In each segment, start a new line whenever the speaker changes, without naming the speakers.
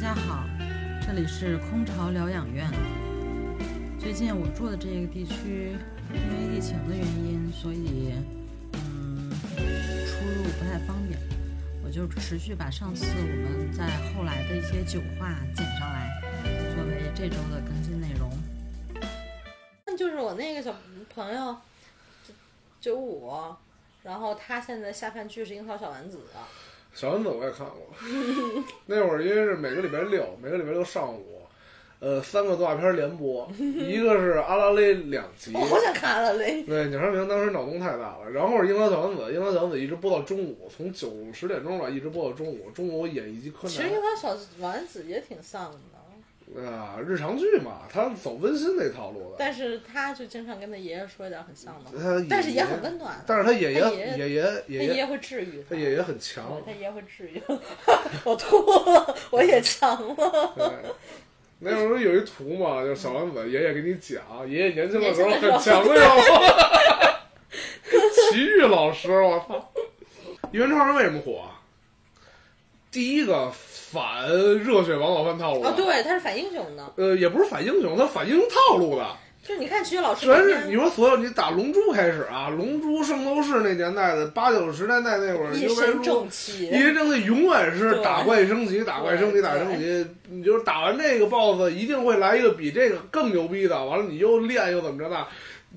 家好，这里是空巢疗养院。最近我住的这个地区，因为疫情的原因，所以嗯，出入不太方便。我就持续把上次我们在后来的一些酒话剪上来，作为这周的更新内容。
那就是我那个小朋友，九五，然后他现在下饭剧是《樱桃小丸子》，
小丸子我也 看过，那会儿因为是每个礼拜六，每个礼拜六上午，呃，三个动画片连播，一个是阿拉蕾两集
我，好想看了嘞。
对，鸟山明当时脑洞太大了。然后是樱桃小丸子，樱桃小丸子一直播到中午，从九十点钟吧一直播到中午，中午演一集柯
其实《樱
南
桃小丸子》也挺丧的，
啊、日常剧嘛，他走温馨那套路的，
但是他就经常跟他爷爷说一点很丧的话，
他
但是也很温暖。
但是他爷爷
他爷嗯
爷爷
他
爷
爷
爷
爷会治愈
他爷爷很强，
他爷会治愈。我吐了，我也强了。
对，那时候有一图嘛，就是小丸子爷爷给你讲，爷爷年轻的时候很强的哟。奇遇老师，我操！原创人为什么火啊？第一个反热血王老番套路的，
啊，对，他是反英雄的，
呃，也不是反英雄，他反英雄套路的，
就是你看体育老师
全
每
是你
天
说所有你打龙珠开始啊，龙珠圣斗士那年代的八九十年代那会儿，
一
牛白
身
珠
正气，
一人正气永远是
对
打怪升级，打怪升级，
对
打怪升级。你就是打完这个 BOSS，一定会来一个比这个更牛逼的。完了，你又练又怎么着的，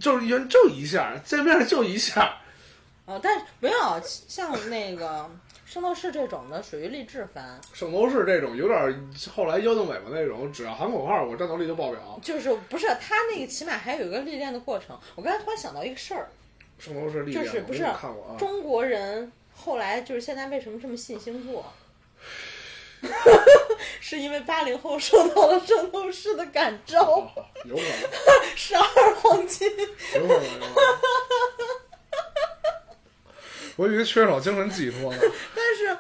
就是原就一下，见面就一下。
哦，但是没有像那个圣斗士这种的，属于励志番，
圣斗士这种有点后来妖精尾巴那种，只要喊口号，我战斗力就爆表。
就是不是他那个起码还有一个历练的过程。我刚才突然想到一个事儿，
圣斗士历
就
练，
是
我
不是
没有看过啊？
中国人后来就是现在为什么这么信星座？ 是因为八零后受到了圣斗士的感
哦
召，
啊有可能，
十二黄金。
有可能，有可能。我以为缺少精神寄托 呢。
但是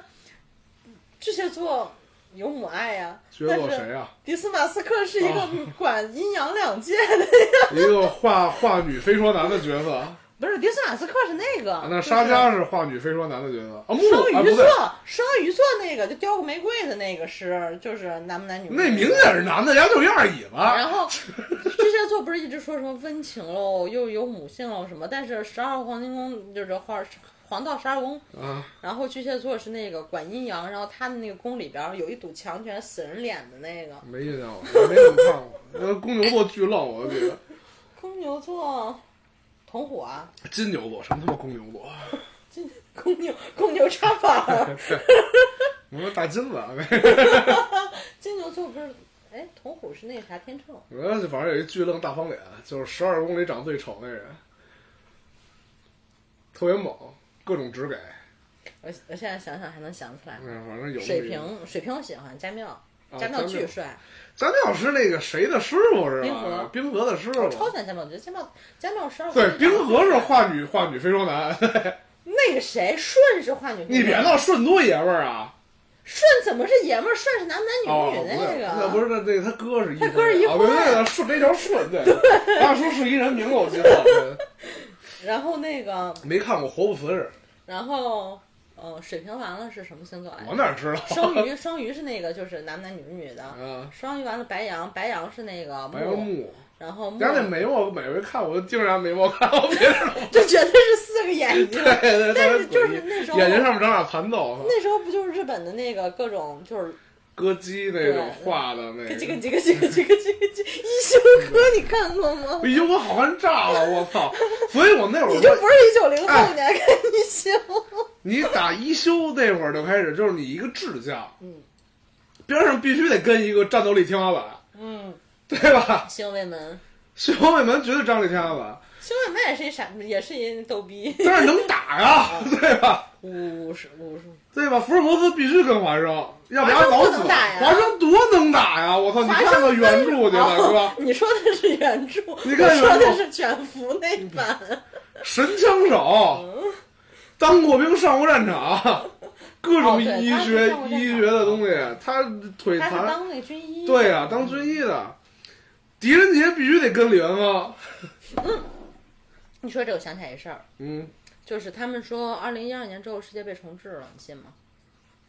巨蟹座有母爱呀、
缺
但
做谁
是
啊？
迪斯马斯克是一个
啊
管阴阳两界的，
一个化化女非说男的角色。啊
不是迪斯马斯克是那个，
啊，那
就是
沙加是化女非说男的角色啊，木
双
啊
鱼
不
座
对，，
双鱼座那个就叼个玫瑰的那个是，就是男不男女不
那
女
明显是男的，人家就是一二椅
然
子。
后巨蟹座不是一直说什么温情喽，又有母性喽什么，但是十二黄金宫就是黄黄道十二宫，
啊，
然后巨蟹座是那个管阴阳，然后他的那个宫里边儿有一堵墙全是死人脸的那个
没印象了，我没怎么看过。呃，公牛座巨愣，我就觉得
公牛座，同伙啊，
金牛座什么他妈公牛座，
公牛公牛插板儿，
我说大金子啊，
金牛座不是。哎，同虎是那啥天秤，
我说反正有一巨愣大方脸，就是十二宫里长最丑那人，特别猛，各种直给，
我我现在想想还能想起来。
嗯，反正有
水平水平我喜欢加缪，
啊
加缪
加
巨
缪
帅，
咱老师那个谁的师傅是吧？冰河的师
我哦超
傅，
喜欢加缪，我觉得加缪加缪十二
对，冰河是
画
化女化女非说男，
那个谁顺是画女，
你别闹，顺多爷们儿啊！
顺怎么是爷们儿，顺是男男女
哦，
女
不
那
是
个，
那不是那那他哥是一
他哥是一
啊
块
对
儿
对对，顺那条顺对。大叔是一人名字，我记得 对
然后那个
没看过《活不死人》，
然后呃水平完了是什么星座来
我
着？
哪知道
双鱼双鱼是那个就是男男女女的，
啊？
双鱼完了白羊白羊是那个
白杨木，
然后木
人家那眉毛，每回看我就盯着人家眉毛看，我别 人
就觉得是四个眼睛，
对对，
哎但
特
是
别
就
诡
是
异
那时候
眼睛上面长俩盘道，啊
那时候不就是日本的那个各种就是
歌姬那种
对
画的那
这个
个。
这个这个这个这个这个一休哥，你看过吗？
哎呦，我好看炸了！我操！所以我那会
你就
儿，
不是一九零后，你还看一休？
你打一休那会儿就开始，就是你一个志向，
嗯，
边上必须得跟一个战斗力天花板，
嗯，
对吧？
星卫门，
徐宏伟门绝对张力天花板，
星卫门也是一傻，也是一逗逼。
但是能 打呀，对吧？
五十五十，
对吧？福尔摩斯必须跟华生，要不然老
华生
死
不能打呀。
华生多能打呀！我操，你
华
看看
生
原著去了是
哦
吧？
你说的是原著，我
你看原著
说的是卷福那版。
神枪手，当过兵，上过战场，各种
哦对
医
他是
学
上过战场
医学的东西，他腿
他是
残，
当那个军医，
对呀，当军医的。狄仁杰必须得跟李元芳，
你说这，我想起来一事儿，
嗯，
就是他们说二零一二年之后世界被重置了，你信吗？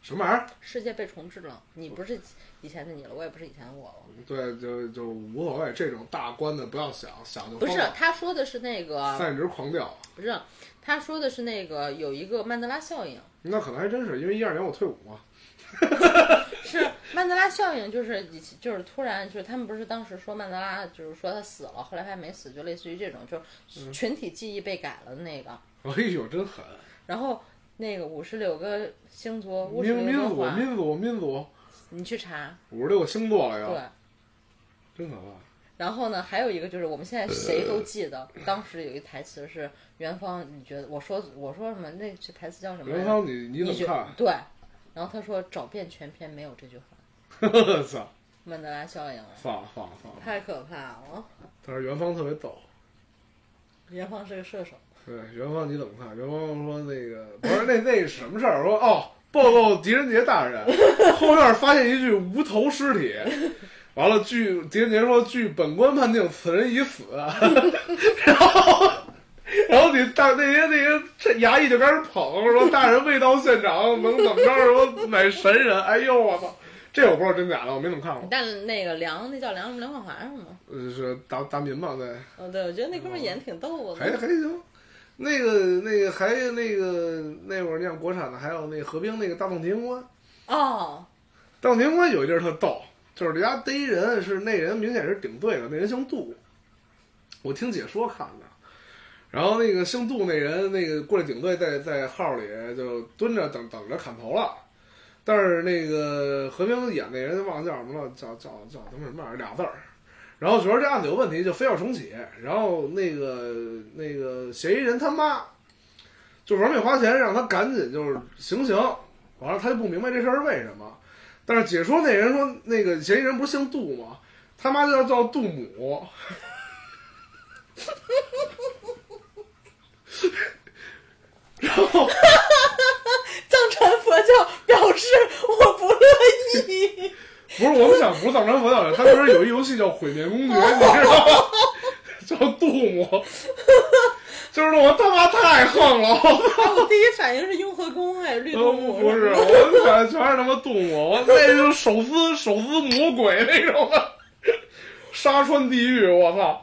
什么玩意儿？
世界被重置了，你不是以前的你了，我也不是以前的我了。
对，就就无所谓，这种大关的不要想，想就
不是
疯，了
他说的是那个，
散值狂掉。
不是他说的是那个有一个曼德拉效应，
那可能还真是因为一二年我退伍嘛，
是曼德拉效应，就是以前就是突然就是他们不是当时说曼德拉就是说他死了，后来发现没死，就类似于这种，
嗯
就是群体记忆被改了的那个。
哎呦，真狠！
然后那个五十六个星座，五十
民民
六个
族
华，
民族民族，
你去查，
五十六个星座了
对
呀，。真可啊怕！
然后呢，还有一个就是我们现在谁
呃
都记得，当时有一台词是元芳，你觉得我说我说什么？那句台词叫什么来
元
着？
芳，你你怎
觉
么看？
对，然后他说找遍全篇没有这句话，
我操，
曼德拉效应了，
放放放！
太可怕了。
但是元芳特别逗，
元芳是个射手，
对，元芳你怎么看？元芳说那个不是那那是什么事儿？说哦，报告狄仁杰大人，后院发现一具无头尸体。完了，据狄仁杰说，据本官判定，此人已死。啊 然后，然后你大那些那些这衙役就开始捧，说大人未到现场，能怎么着？说乃神人。哎呦我操！这我不知道真假的，我没怎么看过。
但那个梁那叫梁梁冠华是吗？
呃，是达达民嘛？对，
哦，对，我觉得那哥们儿演的挺逗
嗯还
的。
还行。那个那个还有那个那会儿念国产的，还有那河滨那个大洞庭观，
哦，
大洞庭观有一地儿特逗，就是人家逮人是那人明显是顶罪的，那人姓杜，我听解说看的。然后那个姓杜那人那个过来顶罪在在号里就蹲着等等着砍头了，但是那个何冰演那人忘了叫什么了，叫叫叫他妈什么玩意儿俩字儿。然后觉得这案子有问题，就非要重启。然后那个那个嫌疑人他妈就玩命花钱，让他赶紧就是行刑。完了，他就不明白这事儿是为什么。但是解说那人说，那个嫌疑人不是姓杜吗？他妈就要叫杜母。然后
藏传佛教表示我不乐意。
不是我们想不是藏传佛教人，他那边有一游戏叫《毁灭公爵》，你知道吗？ 叫杜母， 就是我他妈太横了，我
我第一反应是雍和宫哎， 绿
都
豆母
嗯不是，我全全是他妈杜母，我那就是手撕手撕魔鬼那种的，杀穿地狱，我操！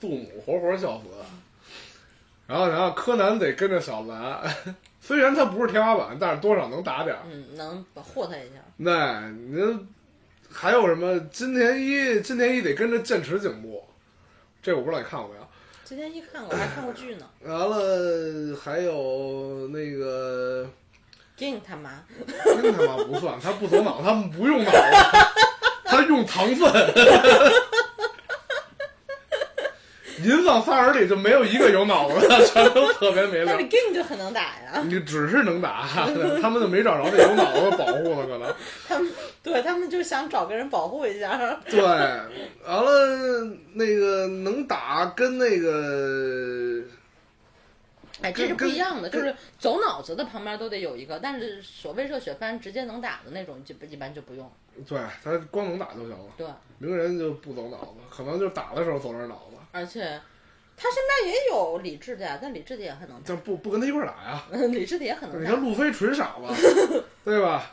杜母活活笑死，然后然后柯南得跟着小兰，虽然他不是天花板，但是多少能打点儿。
嗯，能把祸他一下。
那您还有什么？金田一，金田一得跟着剑齿警部，这我不知道你看过没有？
今天一看过，还看过剧呢。
完了，还有那个，
给你他
哎
妈！
真他妈不算，他不走脑，他们不 用脑，他用糖分。银放仨人里就没有一个有脑子的，全都特别没溜
但。是 Ging 就很能打呀，
你只是能打，他们就没找着这有脑子的保护了，可能。
他们对他们就想找个人保护一下。
对，完了那个能打跟那个
哎，这是不
跟
一样的，就
跟
是走脑子的旁边都得有一个，但是所谓热血番直接能打的那种，就一般就不用。
对他光能打就行了，
对，
名人就不走脑子，可能就打的时候走点脑子，
而且他身边也有理智的呀，但理智的也很能打，
但不不跟他一块儿打呀。
理智的也很能
你看
打。
路飞纯傻吧， 对吧？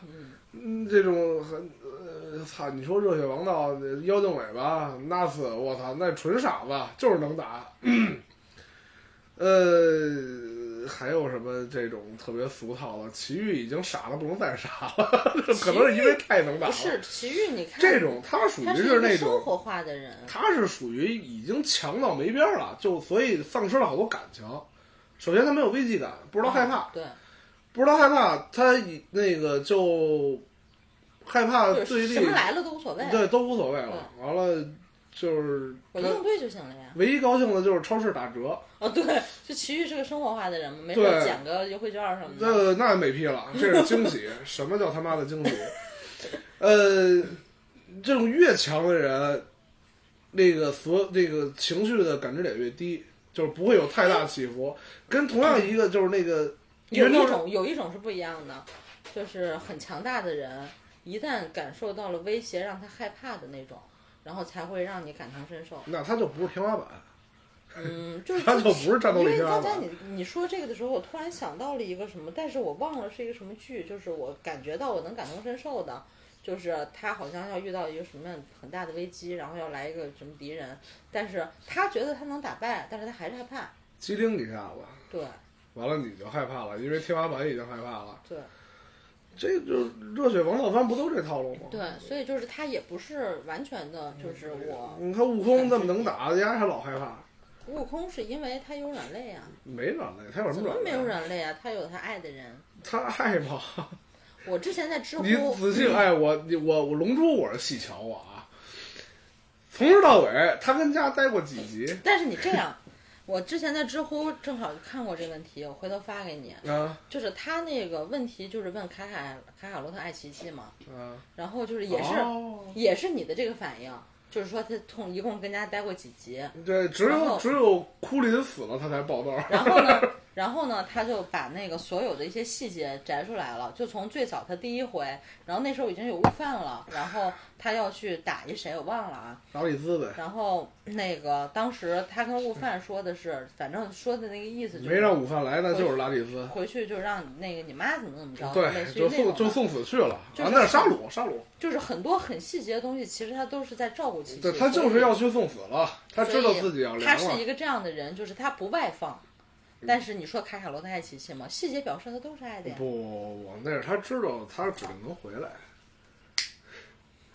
嗯，这种很呃，操！你说热血王道呃妖精尾巴那斯，我操，那纯傻子，就是能打。呃，还有什么这种特别俗套的？奇遇已经傻的不能再傻了， 可能是因为太能打
不
了。
是奇遇，你看
这种，他属于
他是
是
一
那
个生
种，
活化的人，
他是属于已经强到没边儿了，就所以丧失了好多感情。首先，他没有危机感，不知道害怕，
嗯对，
不知道害怕，他以那个就害怕
就
对
是
立
什，么来了都无所谓，
呃对都无所谓了。完了就是
我
他
应对就行了呀。
唯一高兴的就是超市打折，
哦，对，就奇遇是个生活化的人嘛，没事
对
捡个优惠券儿什么的。
那那没屁了，这是惊喜。什么叫他妈的惊喜？呃，这种越强的人，那个所那个情绪的感知点越低，就是不会有太大起伏。跟同样一个就是那个
有
原
一
创
种有一种是不一样的，就是很强大的人，一旦感受到了威胁，让他害怕的那种，然后才会让你感同身受。
那他就不是天花板，
嗯，就是
他就不是战斗力
因为
加
刚才
的。
你你说这个的时候，我突然想到了一个什么，但是我忘了是一个什么剧，就是我感觉到我能感同身受的，就是他好像要遇到一个什么样很大的危机，然后要来一个什么敌人，但是他觉得他能打败，但是他还是害怕。
机灵一下子，
对
完了你就害怕了，因为天花板已经害怕了。
对
这就是热血王老三不都这套路吗？
对，所以就是他也不是完全的，就是我
你看悟空那么能打，人家还老害怕，
悟空是因为他有软肋啊，
没软肋，他有什
怎
么
么
软
没有
肋？
软肋啊？他有他爱的人。
他爱吧？
我之前在知乎，
你仔细哎，我你我我龙珠我是细瞧我啊，从头到尾他跟家待过几集
但是你这样，我之前在知乎正好看过这问题，我回头发给你。
啊
就是他那个问题，就是问卡卡卡卡罗特爱奇奇嘛，
啊，
然后就是也是、
哦
也是你的这个反应，就是说他痛一共跟家待过几集，
对，只
然
有
后
只有库林死了他才报道，
然后 呢，然后呢，他就把那个所有的一些细节摘出来了，就从最早他第一回，然后那时候已经有悟饭了，然后他要去打一谁我忘了啊，
达里兹呗，
然后那个当时他跟悟饭说的是，反正说的那个意思就是
没让午饭来那就是达里兹，
回去就让那个你妈怎么怎么着，类
对，
似于
就
哦那种
送
吧
就送死去了
就
啊，
是
那是沙鲁沙鲁，
就是很多很细节的东西，其实他都是在照顾琪琪。
对他就是要去送死了，他
所以
知道自己要凉
他是
了嗯
一，个这样的人，就是他不外放。但是你说卡卡罗特爱琪琪吗？细节表示他都是爱的
不
呀。
不不不，那是他知道他指定能回来，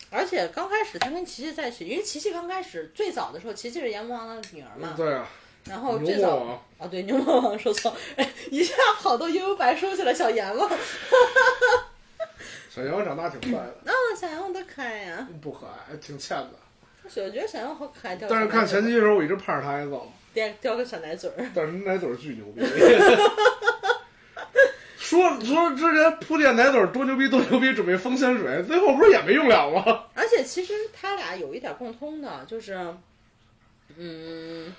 而且刚开始他跟琪琪在一起，因为琪琪刚开始最早的时候，琪琪是阎魔王的女儿嘛。
对啊，
然后
牛
最
魔
早
王。
啊，对牛魔王说错， 一下跑到悠悠白书去了，小阎王。
小羊长大挺帅的，
啊，小阎王多可爱呀、
不可爱，挺欠的。
我觉得小阎王好可爱，叼个
但是看前期的时候，我一直盼着他挨揍，
叼叼个小奶嘴儿。
但是奶嘴儿巨牛逼。 说说之前铺垫奶嘴儿多牛逼多牛逼，准备封仙水，最后不是也没用了吗？
而且其实他俩有一点共通的，就是，嗯，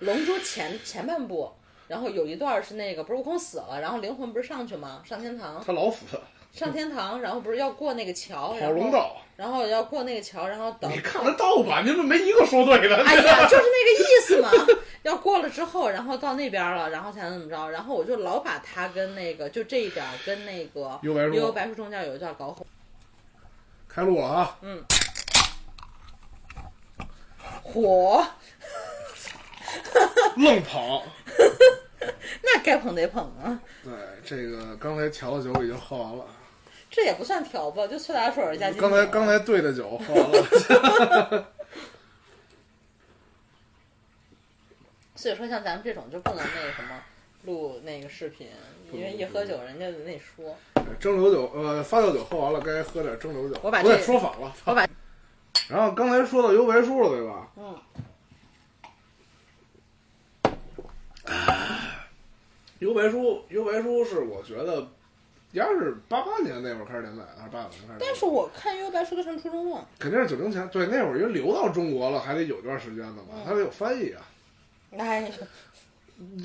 《龙珠前》前半部，然后有一段是那个不是悟空死了，然后灵魂不是上去吗？上天堂，
他老死，
上天堂，然后不是要过那个桥，
跑
然
龙
后
道。
然后要过那个桥，然后等
你看那盗版，你们没一个说对的。
哎呀，就是那个意思嘛。 要过了之后，然后到那边了，然后才能怎么着？然后我就老把他跟那个就这一点儿跟那个
幽白
悠悠
说
白书中间有一段搞混。
开路了啊！
火，
愣跑。
那该捧得捧啊。
对，这个刚才调的酒已经喝完了，
这也不算调吧，就苏打水儿加金。
刚才刚，才兑的酒 喝完了。
所以说像咱们这种就不能那个什么录那个视频，因为一喝酒人家就那说。
蒸馏酒，呃，发酵酒喝完了，该喝点蒸馏酒。
我把
不对，
这
说反了。
我把
然后刚才说到尤白书了，对吧？
嗯，
尤白书，尤白书是我觉得，应该是八八年那会儿开始连载的，还是八九年开始连载的？
但是我看《幽游白书》都上初中了，
肯定是九零前，对，那会儿因为流到中国了，还得有段时间的嘛，
嗯
它得有翻译啊。
哎，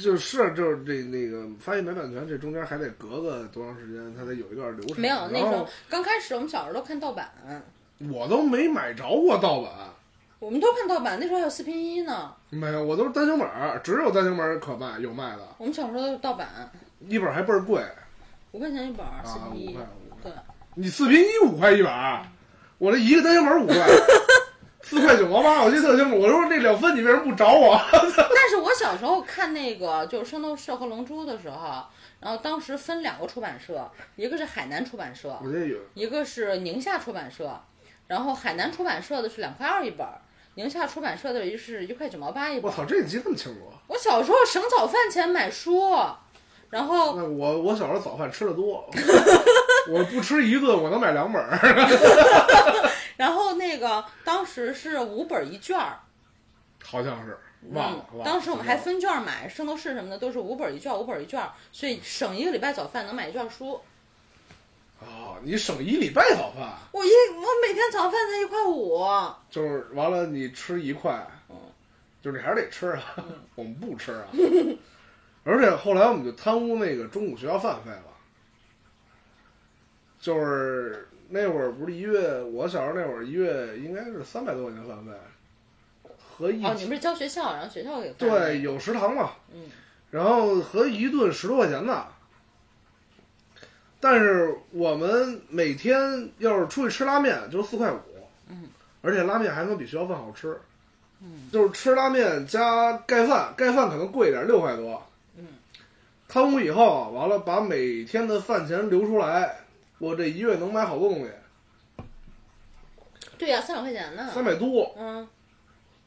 就是就是这那个翻译没版权，这中间还得隔个多长时间，它得有一段流程。
没有那
然
时
后
候刚开始我们小时候都看盗版，
我都没买着过盗版，
我们都看盗版，那时候还有四拼一呢，
没有，我都是单行本儿，只有单行本儿可卖，有卖的，
我们小时候都是盗版，
一本儿还倍儿贵。
五块钱一本儿，四
啊，
拼
五
一
块，，
对，
你四拼一五块一本儿，我这一个单行本儿五块，四块九毛八，我记得特清楚。我说这两分你为什么不找我？
但是我小时候看那个就是《圣斗士》和《龙珠》的时候，然后当时分两个出版社，一个是海南出版社，
我这有
一个是宁夏出版社，然后海南出版社的是两块二一本儿，宁夏出版社的一是一块九毛八一
我
本儿。
操，这你记得这么清楚？啊
我小时候省早饭钱买书，然后
那我我小时候早饭吃的多，我不吃一顿，我能买两本儿。
然后那个当时是五本儿一卷儿，
好像是忘了。忘
嗯
了
当时我们还分卷儿买，圣斗士什么的都是五本儿一卷儿，五本儿一卷儿，所以省一个礼拜早饭能买一卷儿书。
哦，你省一礼拜早饭，
我一我每天早饭才一块五，
就是完了你吃一块，就是你还是得吃啊，我们不吃啊。而且后来我们就贪污那个中午学校饭费了，就是那会儿不是一月，我小时候那会儿一月应该是三百多块钱饭费，和一
哦，你们是教学校，然后学校给办的
对，有食堂嘛，
嗯，
然后和一顿十多块钱的。但是我们每天要是出去吃拉面，就是四块五，
嗯，
而且拉面还能比学校饭好吃，嗯，就是吃拉面加盖饭，盖饭可能贵一点，六块多，
嗯，
贪污以后，完了把每天的饭钱留出来，我这一月能买好多东西，
对呀、三百块钱呢。
三百多，
嗯，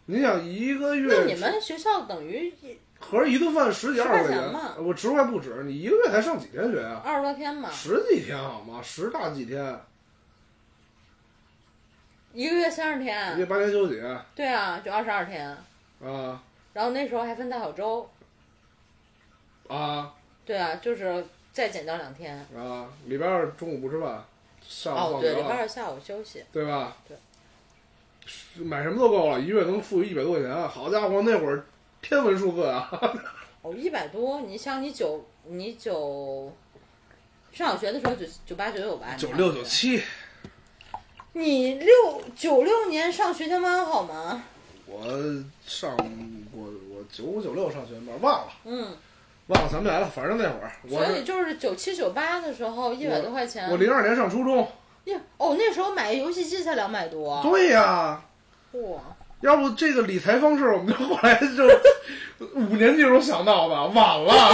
你想一个月
那你们学校等于一
合着一顿饭十几二十块
10块钱嘛
钱，我十块不止，你一个月才上几天学啊？
二十多天嘛，
十几天好吗？十大几天，
一个月三十
一
天，
八天休息
对啊，就二十二天。
啊
然后那时候还分大小周，
啊
对啊，就是再减掉两天。
啊！礼拜二中午不吃饭，上午
哦，
放学
对，礼拜
了，啊
二下午休息。
对吧？
对，
买什么都够了，一月能富裕一百多块钱。好家伙，那会儿天文数字啊！
哦，一百多，你像你九，你九上小学的时候九九八九 九吧，你上学，
七，
你六九六年上学前班好吗？
我上我我九五九六上学班，忘了
嗯，
忘了想不起来了。反正那会儿我
所以
是
就是九七九八的时候一百多块钱，
我零二年上初中，
呀，哦，那时候买游戏机才两百多，
对呀、
哇，
要不这个理财方式，我们就后来就五年级时候想到吧，晚了，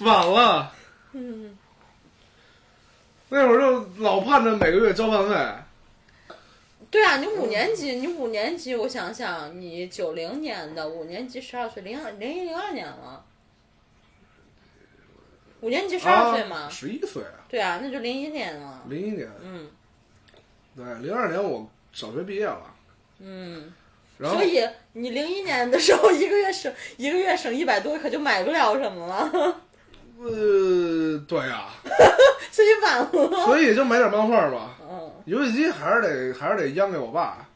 晚了。
嗯，
那会儿就老盼着每个月交办费，
对啊，你
嗯
五年级，你五年级，我想想，你九零年的五年级十二岁，零二零一零二年了，五年级十二岁嘛，
啊十一岁啊，
对啊，那就零一年了，
零一年，
嗯
对，零二年我小学毕业了，
嗯，
然后
所以你零一年的时候一个月省一个月省一百多，可就买不了什么了，
呃，对呀、
所以晚了，
所以就买点漫画吧，
嗯
游戏机还是得还是得央给我爸，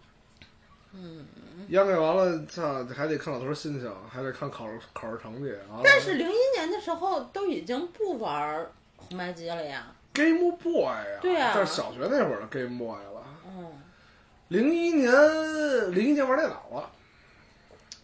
嗯，
央给完了，操，还得看老头儿心情，还得看考试考试成绩，完了
但是零一年的时候都已经不玩儿红白机了呀。
Game Boy 啊，
对啊
但是小学那会儿的 Game Boy 了。
嗯，
零一年，零一年玩电脑了，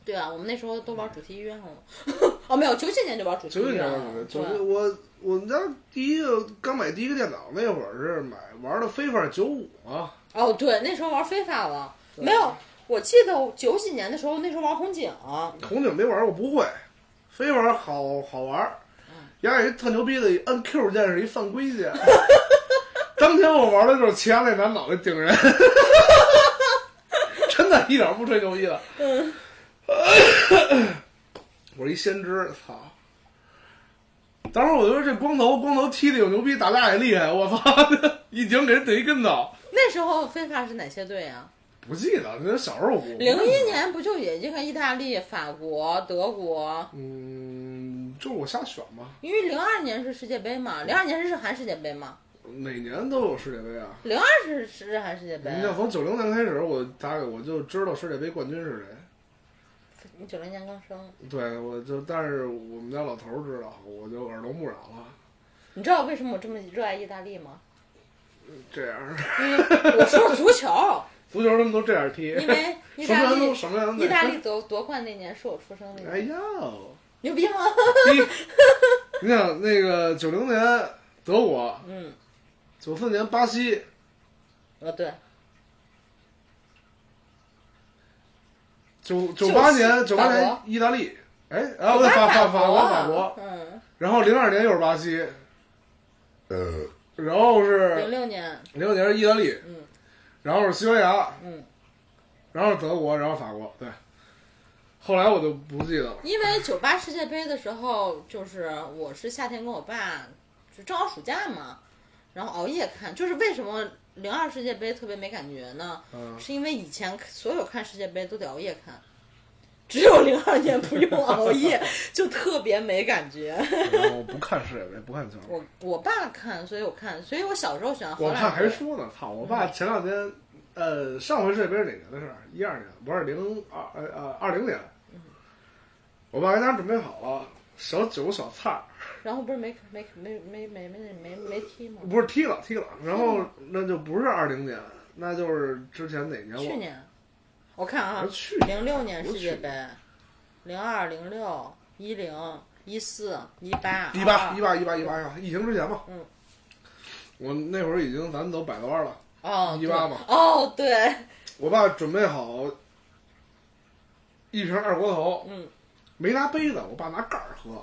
对啊，我们那时候都玩主题医院了。 哦，没有，九几年就玩主题
九
医
九
院
年
了。
玩九
对啊
九我我们家第一个刚买第一个电脑那会儿是买玩的《非法九五》嘛，
哦，对，那时候玩非法了。
对
没有，我记得我九几年的时候，那时候玩红警。
红警没玩过，不会，非法好好玩。
嗯
丫有一特牛逼的，按 Q 键是一犯规键。 当天我玩的就是齐亚内拿脑袋顶人， 真的，一点不吹牛逼的。我是一先知，操！当时我就说这光头，光头踢的又牛逼，打架也厉害，我操！一顶给人顶一跟头，
那时候非法是哪些队啊？
不记得，那小时候我
零一，年不就也应该意大利、法国、德国？
嗯，就是我瞎选嘛，
因为零二年是世界杯嘛，零二年是日韩世界杯嘛，
每年都有世界杯啊。
零二是是日韩世界杯
你。像从九零年开始，我大概我就知道世界杯冠军是谁。
你九零年刚生，
对，我就但是我们家老头儿知道，我就耳濡目染了。
你知道为什么我这么热爱意大利吗？
这样儿，
因为我说足球，
足球他们都这样踢，
因为意
什么
大
人
利
都什么人都
意大利。夺夺冠那年是我出生那
哎
年，
呦，
牛逼吗？
你你想那个九零年德国，
嗯，
九四年巴西，
呃，对，
九九八年
就是
九
法
八
国
年意大利，哎，然
我
后
在
法法
法
国法国，
嗯，
然后零二年又是巴西，呃，然后是
零六年，
零六年是意大利，
嗯
然后是西班牙，
嗯，
然后是德国，然后法国，对。后来我就不记得了。
因为九八世界杯的时候，就是我是夏天跟我爸就正好暑假嘛，然后熬夜看，就是为什么零二世界杯特别没感觉呢？
嗯，
是因为以前所有看世界杯都得熬夜看。只有零二年不用熬 夜，就特别没感觉。
然后不看世界杯，不看球。
我我爸看，所以我看，所以我小时候喜欢荷
我
兰队。
爸还说呢，操！我
嗯
爸前两天，呃，上回世界杯是哪年的事儿？一二年，不是零二呃呃二零年。
嗯
我爸给家准备好了小酒小菜儿，
然后不是没没没没没没没没踢吗？
不是踢了踢了，然后那就不是二零年，那就是之前哪年我？
去年，我看啊
我，去
零六年
我
世界
去
杯，零二、零六、一零、一四、一八、
一八一八一八一八一八，疫情之前嘛，
啊嗯，
我那会儿已经咱们都百多了，
哦，对
18嘛
哦，对，
我爸准备好一瓶二锅头，
嗯，
没拿杯子，我爸拿盖儿喝，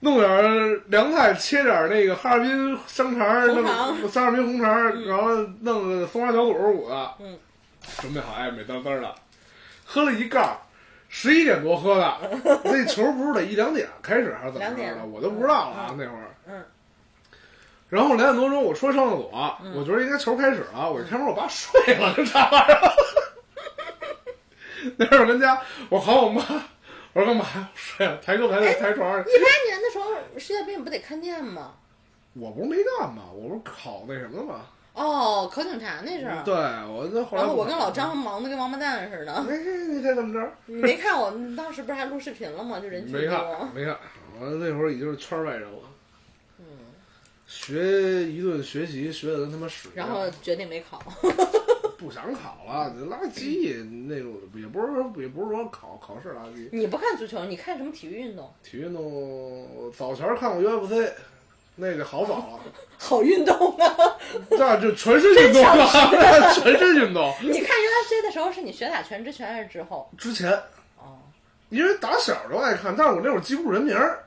弄点儿凉菜，切点儿那个哈尔滨香肠儿，弄
红肠
哈尔滨红肠儿，然后弄个松花小肚儿捂的，
嗯，
准备好哎，美滋滋儿的，喝了一盖儿。十一点多喝的，那球不是得一两点开始还是怎么
两
着
点
的？我都不知道了啊，那会儿。
嗯。
然后两点多钟，我说上厕所，
嗯
我觉得应该球开始了，我就开门，我爸睡了，就啥玩意儿。 那会儿跟家，我喊我妈，我说干嘛呀？睡了，抬胳膊抬
哎
腿抬床上。
一八年的时候世界杯你不得看店吗？
我不是没干嘛，我不是考那什么嘛。
哦，考警察那是。
嗯对，我那后来
然后
不
我跟
考
老
了，
张忙的跟王八蛋似的，
哎，你看怎么着？
你没看我们当时不是还录视频了吗？就人
没
巨
看
多，，
没看，我那会儿已经是圈外人了。
嗯，
学一顿学习，学的跟他妈屎一样。
然后决定没考。
不想考了，垃圾那种，也不是说也不是说考考试垃圾。
你不看足球，你看什么体育运动？
体育运动早前看过 UFC，那个好早 了，
好运动啊！
这就全身运动了， 全身 运动。
你看 UFC 的时候是你学打全职拳还是之后？
之前
哦，
因为打小就爱看，但是我那会儿记不住人名儿，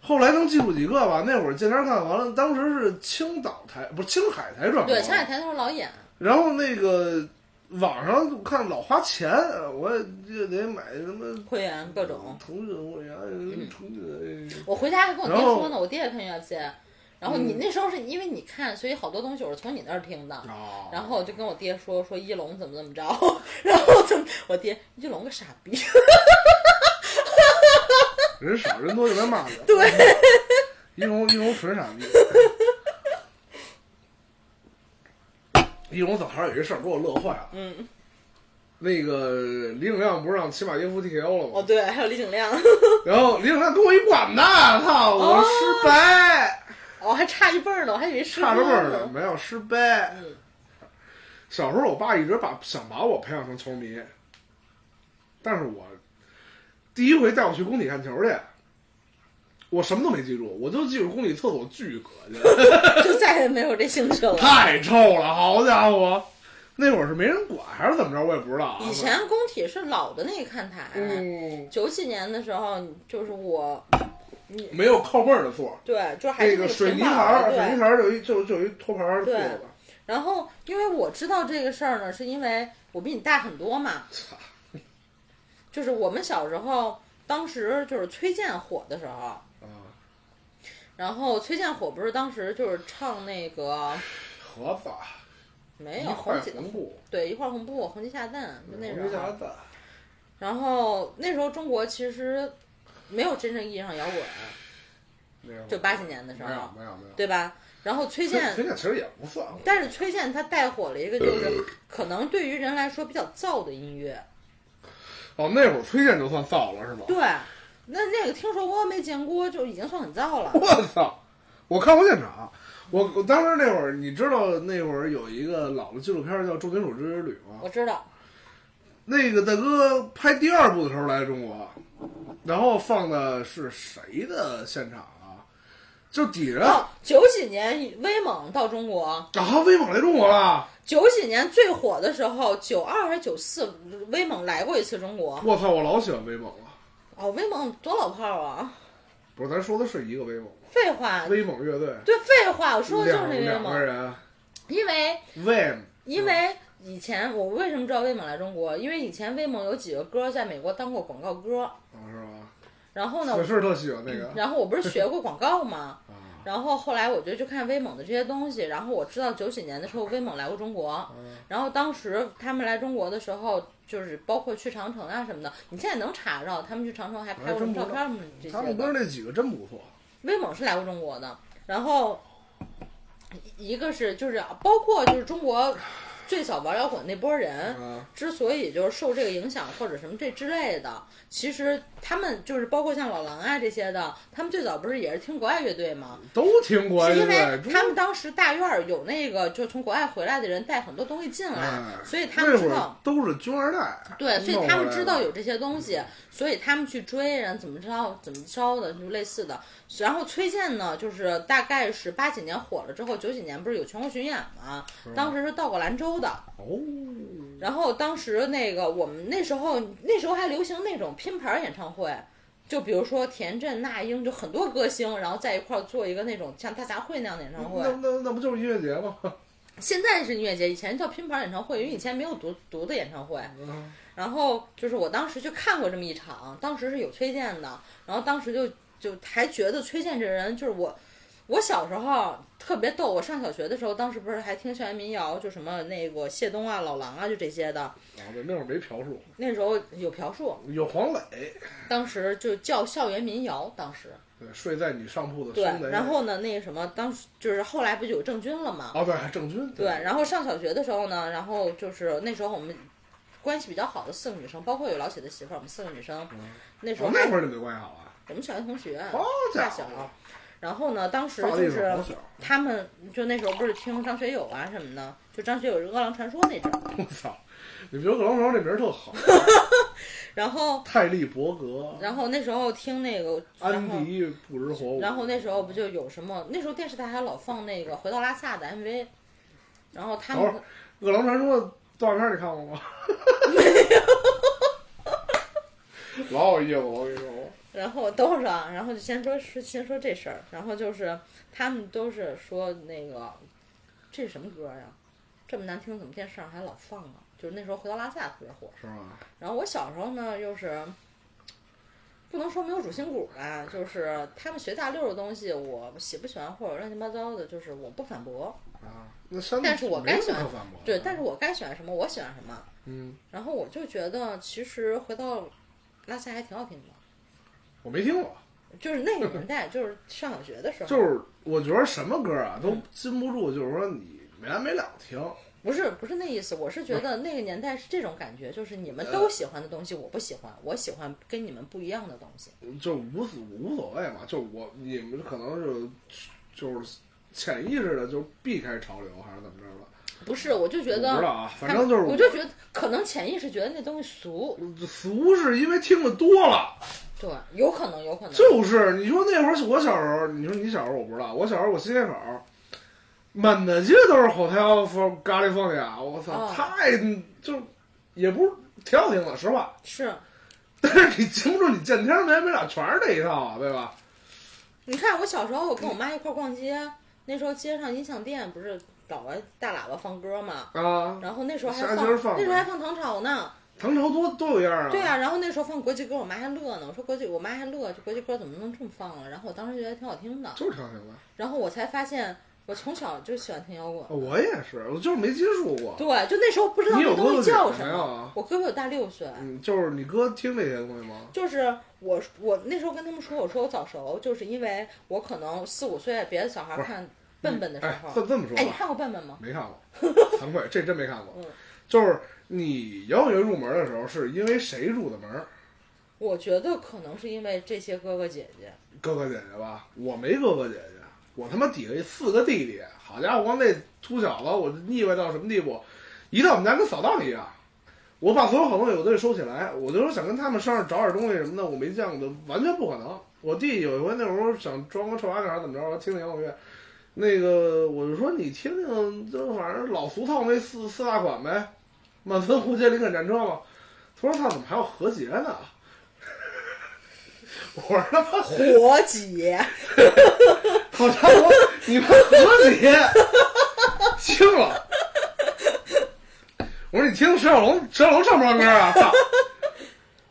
后来能记住几个吧。那会儿见天看完了，当时是青岛台不是青海台转播
对，
的，
前两天都是老演。
然后那个网上我看老花钱，我就得买什么
会员各种。嗯
腾讯会员、啊腾讯。哎
我回家还跟我爹
然后嗯
说呢，我爹也看音乐节。然后你那时候是因为你看，所以好多东西我是从你那儿听的。
哦，
然后我就跟我爹说说一龙怎么怎么着， 然后怎么我爹一龙个傻逼，
人少人多就该骂他。
对，
一龙一龙纯傻逼。 一龙早上有一事儿给我乐坏了。
嗯，
那个李永亮不是让齐马耶夫 TKO 了
哦
吗？
对，还有李景亮，
然后李永亮跟我一管的，操，我失败，
哦还差一辈儿呢，我还以为是
差着辈儿呢，
呢。
没有失败
嗯。
小时候我爸一直把想把我培养成球迷，但是我第一回带我去工体看球去，我什么都没记住，我就记住工体厕所巨恶心。
就再也没有这兴趣了。
太臭了，好家伙！那会儿是没人管还是怎么着，我也不知道啊。
以前工体是老的那个看台，
嗯，
九几年的时候就是我，
没有靠背儿的座，
对，就还
那
是
个
平
水泥
板
台
儿
儿，
对
水泥台儿有一就就有一托盘儿的
对
座子。
然后，因为我知道这个事儿呢，是因为我比你大很多嘛。就是我们小时候，当时就是崔健火的时候，
啊，
然后崔健火不是当时就是唱那个
盒子，啊
没
一
有
块
红旗
红布，
对一块红布红旗下蛋就那
红
时
皮
候
夹，子，啊
然后那时候中国其实没有真正意义上摇滚，
那个
就八几年的时
没有
候，
没有没有。
对吧？然后崔健
崔健其实也不算，
但是崔健他带火了一个，就是可能对于人来说比较燥的音乐。
哦，那会儿崔健就算造了是吗？
对，那那个听说过没见过，就已经算很燥了。
我操！我看过现场，我我当时那会儿，你知道那会儿有一个老的纪录片儿叫《重金属之旅》吗？
我知道，
那个大哥拍第二部的时候来中国，然后放的是谁的现场啊？就底人
哦
啊，，
九几年威猛到中国，
威猛来中国了！
九几年最火的时候，九二还是九四，威猛来过一次中国。
我操，我老喜欢威猛了。
哦，威猛多老炮儿啊！
不是，咱说的是一个威猛吗，
废话，
威猛乐队，
对，废话，我啊说的就是
两
那威
两个
猛，
人，
因为
威
因为以前我为什么知道威猛来中国？因为以前威猛有几个歌在美国当过广告歌，
是吧？
然后呢，
我是特喜欢那个
然后我不是学过广告吗？
啊，
然后后来我就去看威猛的这些东西，然后我知道九几年的时候威猛来过中国，然后当时他们来中国的时候，就是包括去长城啊什么的，你现在能查着他们去长城还拍过什么照片什么这
他们
些
哥儿
的。
那几个真不错。
威猛是来过中国的，然后一一个是就是包括就是中国最早玩摇滚那波人，
啊，
之所以就是受这个影响或者什么这之类的，其实他们就是包括像老狼啊这些的，他们最早不是也是听国外乐队吗？
都挺关
是
系
因为
的。
他们当时大院儿有那个，就从国外回来的人带很多东西进来
哎，
所以他
那
们知
会
道
儿，都是军二代，
对，所
弄
以他
过
们
来
知
的
道有这些东西，所以他们去追，然后怎么着怎么着的，就类似的。然后崔健呢，就是大概是八几年火了之后，九几年不是有全国巡演嘛，当时是到过兰州的，
哦，
然后当时那个我们那时候那时候还流行那种拼盘儿演唱会，就比如说田震、那英，就很多歌星，然后在一块儿做一个那种像大杂烩那样的演唱会
那。那那不就是音乐节吗？
现在是音乐节，以前叫拼盘儿演唱会，因为以前没有独独的演唱会。
嗯
然后就是我当时去看过这么一场，当时是有崔健的，然后当时就就还觉得崔健这人就是我，我小时候特别逗。我上小学的时候，当时不是还听校园民谣，就什么那个谢东啊、老狼啊，就这些的。
啊，对，那会儿没嫖术，
那时候有朴树，
有黄磊，
当时就叫校园民谣，当时
对，睡在你上铺的
对
兄弟，。
然后呢，那个什么，当时就是后来不就有郑钧了嘛？
哦，对，还郑钧，
对，，然后上小学的时候呢，然后就是那时候我们关系比较好的四个女生，包括有老铁的媳妇儿，我们四个女生
嗯，
那时候
哦，
还
那会儿你们就关系好了，
我们小学同学，
好
发
家
小
伙，。
然后呢，当时
发
就
力是
是
好小，
他们就那时候不是听张学友啊什么的，就张学友《饿狼传说》那阵儿，
我操！你觉得葛龙荣这名儿特好，
然后
泰利伯格、
然后那时候听那个，然
安
后
迪不知火舞，
然后那时候不就有什么？那时候电视台还老放那个《回到拉萨》的 MV，然后他
等
们
会儿《饿狼传说》动画片儿你看过吗？没有，老有意思了，我跟你说。
然后等会儿啊，然后就先说是先说这事儿，然后就是他们都是说那个这是什么歌呀？这么难听，怎么电视上还老放啊？就是那时候《回到拉萨》特别火。
是吧？
然后我小时候呢，又是不能说没有主心骨吧，就是他们学大溜儿的东西，我喜不喜欢或者乱七八糟的，就是我不反驳。
啊，那山，
但是我该喜欢
反驳的。
对，但是我该喜欢什么，我喜欢什么。
啊嗯，
然后我就觉得，其实回到拉萨还挺好听的，
我没听过，
就是那个年代，就是上小学的时候，
就是我觉得什么歌啊都禁不住，就是说你没完没了听。
不是不是那意思，我是觉
嗯
得那个年代是这种感觉，就是你
呃
们都喜欢的东西我不喜欢，我喜欢跟你们不一样的东西。
就无所无所谓嘛，就我你们可能就就是潜意识的就避开潮流还是怎么着的，
不是，我就觉
我不知道
得，
啊，反正就是
我就觉得可能潜意识觉得那东西俗，
俗是因为听的多了，
对，有可能，有可能。
就是你说那会儿我小时候，你说你小时候我不知道，我小时候我新街口。满大街都是 Hotel from California，我操，
哦
太就也不是挺好听的，实话。
是，
但是你听不出你见天儿没完没了，全是这一套啊，对吧？
你看我小时候，我跟我妈一块儿逛街，那时候街上音像店不是搞个大喇叭放歌嘛，
啊，
然后那时候还
啥
放，
歌放
那时候
的
还放唐朝呢。
唐朝多多有样儿啊！
对啊，然后那时候放国际歌，我妈还乐呢。我说国际，我妈还乐，就国际歌怎么能这么放啊？然后我当时觉得挺好听的，
就是挺好听的。
然后我才发现，我从小就喜欢听摇滚。
哦我也是，我就是没接触过。
对，就那时候不知道
你有
那东
哥哥
西
姐
叫
姐
什
没有
么
啊。
我哥比我大六岁，
嗯，就是你哥听这些东西吗？
就是我我那时候跟他们说，我说我早熟，就是因为我可能四五岁，别的小孩
不
儿
是
看笨笨的时
哎，
候
这，这么说
哎，你
吧，
看过笨笨吗？
没看 过，惭愧，这真没看过
嗯。
就是你摇滚乐入门的时候，是因为谁入的门儿？
我觉得可能是因为这些哥哥姐 姐，
哥哥姐姐吧？我没哥哥姐姐，我他妈底下四个弟弟。好家伙，光那秃小子，我腻歪到什么地步？一到我们家跟扫荡一样。我把所有好东西我都得收起来，我就说想跟他们身上找点东西什么的，我没见过的，完全不可能。我弟有一回那时候想装个臭丫头还是怎么着，我听听摇滚乐，那个我就说你听听，就反正老俗套那四四大款呗，满村红街林肯战车嘛。他说他怎么还有和谐呢？我说他妈
活姐，
好家伙，你们和谐，听了。我说你听石小龙，石小龙唱不唱歌啊？操！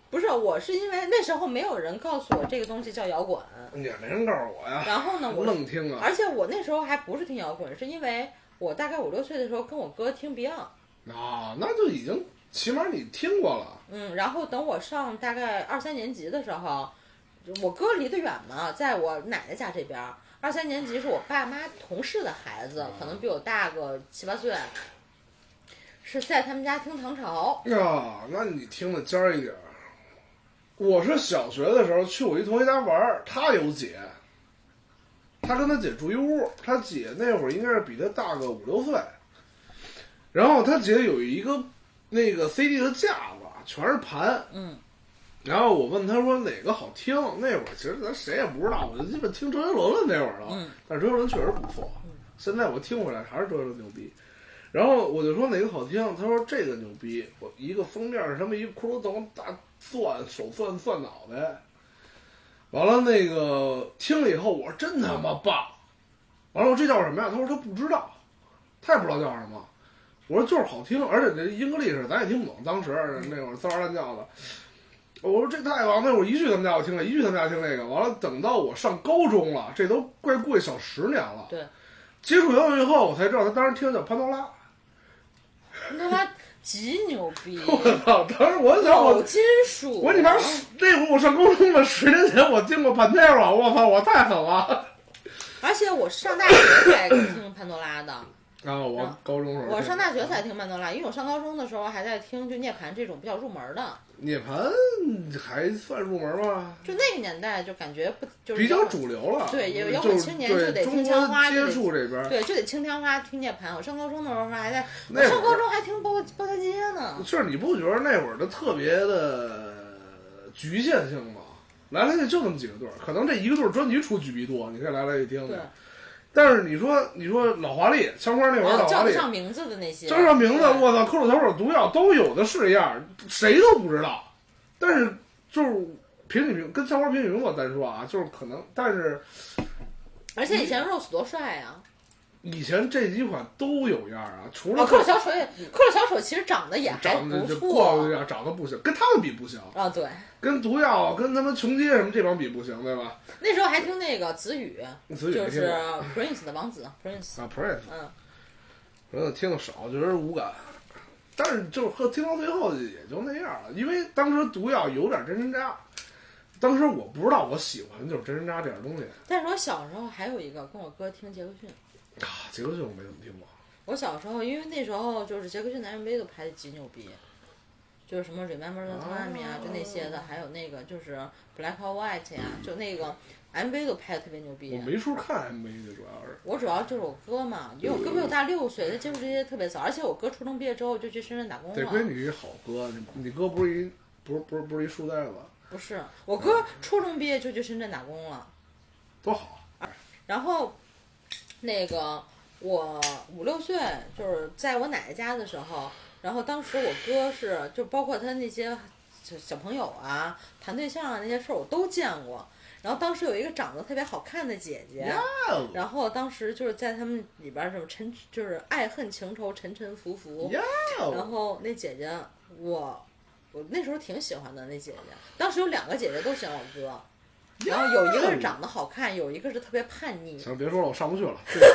不是，我是因为那时候没有人告诉我这个东西叫摇滚，
也没人告诉我呀，
然后呢，我
愣听啊。
而且我那时候还不是听摇滚，是因为我大概五六岁的时候跟我哥听 Beyond，
啊，那就已经起码你听过了。
嗯，然后等我上大概二三年级的时候，我哥离得远嘛，在我奶奶家这边儿。二三年级是我爸妈同事的孩子，可能比我大个七八岁。是在他们家听唐朝，
呀，那你听得尖儿一点儿。我是小学的时候去我一同学家玩儿，他有姐，他跟他姐住一屋，他姐那会儿应该是比他大个五六岁。然后他姐有一个那个 CD 的架子，全是盘。
嗯。
然后我问他说哪个好听，那会儿其实咱谁也不知道，我就基本听周杰伦了那会儿了。
嗯。
但是周杰伦确实不错，现在我听回来还是周杰伦牛逼。然后我就说哪个好听，他说这个牛逼，我一个封面是他妈一骷髅头大蒜手蒜蒜脑袋，完了那个听了以后我说真他妈棒，完了我说这叫什么呀？他说他不知道，他也不知道叫什么。我说就是好听，而且这英格力是咱也听不懂，当时那会儿滋哇乱叫的。我说这太棒！那会儿一句他们家我听了，一句他们家听那个。完了，等到我上高中了，这都快过去小十年了。
对，
接触摇滚乐以后，我才知道他当时听的叫潘多 拉。
那他极牛逼，
我操！哦当时我想
老
我
金属，
我你妈那会儿我上高中的十年前我听过潘泰尔，我操！我太狠了。
而且我上大学才听潘多拉 的，
然后啊我高中时
嗯
候，
我上大学才听潘多拉，因为我上高中的时候还在听就涅槃这种比较入门的，
涅槃还算入门吧，
就那个年代就感觉不就是
比较主流了。
对有摇
就
滚
是
青年就得
对
听
中
枪
国
花
接触这边，
对，就得听天花听涅槃。我上高中的时候还在，我
那
上
会
高
儿
中还听包包台街呢。
就是你不觉得那会儿的特别的局限性吗？来来去去就那么几个队儿，可能这一个队儿专辑出巨逼多，你可以来来去听
对，
的。但是你说你说老华丽枪花那会儿
啊
老华
叫得
丽，
上名字的那些，
叫上名字，
对
我操，抠手头手毒药都有的是样儿，谁都不知道。但是就是平起平跟枪花平起平坐，咱说啊，就是可能，但是
而且以前 Rose 多帅啊！
以前这几款都有样儿啊，除了
啊，克小丑也，克小丑其实长得也还
长得
不
就
错
样，长得不行，跟他们比不行，
啊。对，
跟毒药、啊跟他们琼街什么这帮比不行，对吧？
那时候还听那个子宇，
子宇
就
没听
是
过
Prince 的王子 Prince，
啊，Prince，
嗯，
然后听的少，觉得无感。但是就是和听到最后也就那样了，因为当时毒药有点真真扎，当时我不知道我喜欢的就是真真扎这点东西。
但是我小时候还有一个跟我哥听杰克逊，
啊，杰克逊我没怎么听过。
我小时候因为那时候就是杰克逊的 MV 都拍的极牛逼，就是什么 Remember the Time 呀、
哦
就那些的，还有那个就是 Black or White 呀、就那个 MV 都拍的特别牛
我
逼。
没处看 MV 的，主要是
我主要就是我哥嘛，因为我哥比我大六岁，他接触这些特别早，而且我哥初中毕业之后就去深圳打工
得亏
了。
你好哥，你你哥不是一不是不是不是一书呆子，
不是，我哥初中毕业就去深圳打工了。
多好。
然后那个我五六岁就是在我奶奶家的时候，然后当时我哥是就包括他那些小小朋友啊、谈对象啊那些事儿我都见过。然后当时有一个长得特别好看的姐姐然后当时就是在他们里边儿什么沉就是爱恨情仇沉沉浮浮。然后那姐姐，我我那时候挺喜欢的那姐姐，当时有两个姐姐都喜欢我哥，然后有一个是长得好看，有一个是特别叛逆。
行，别说了，我上不去了。 最最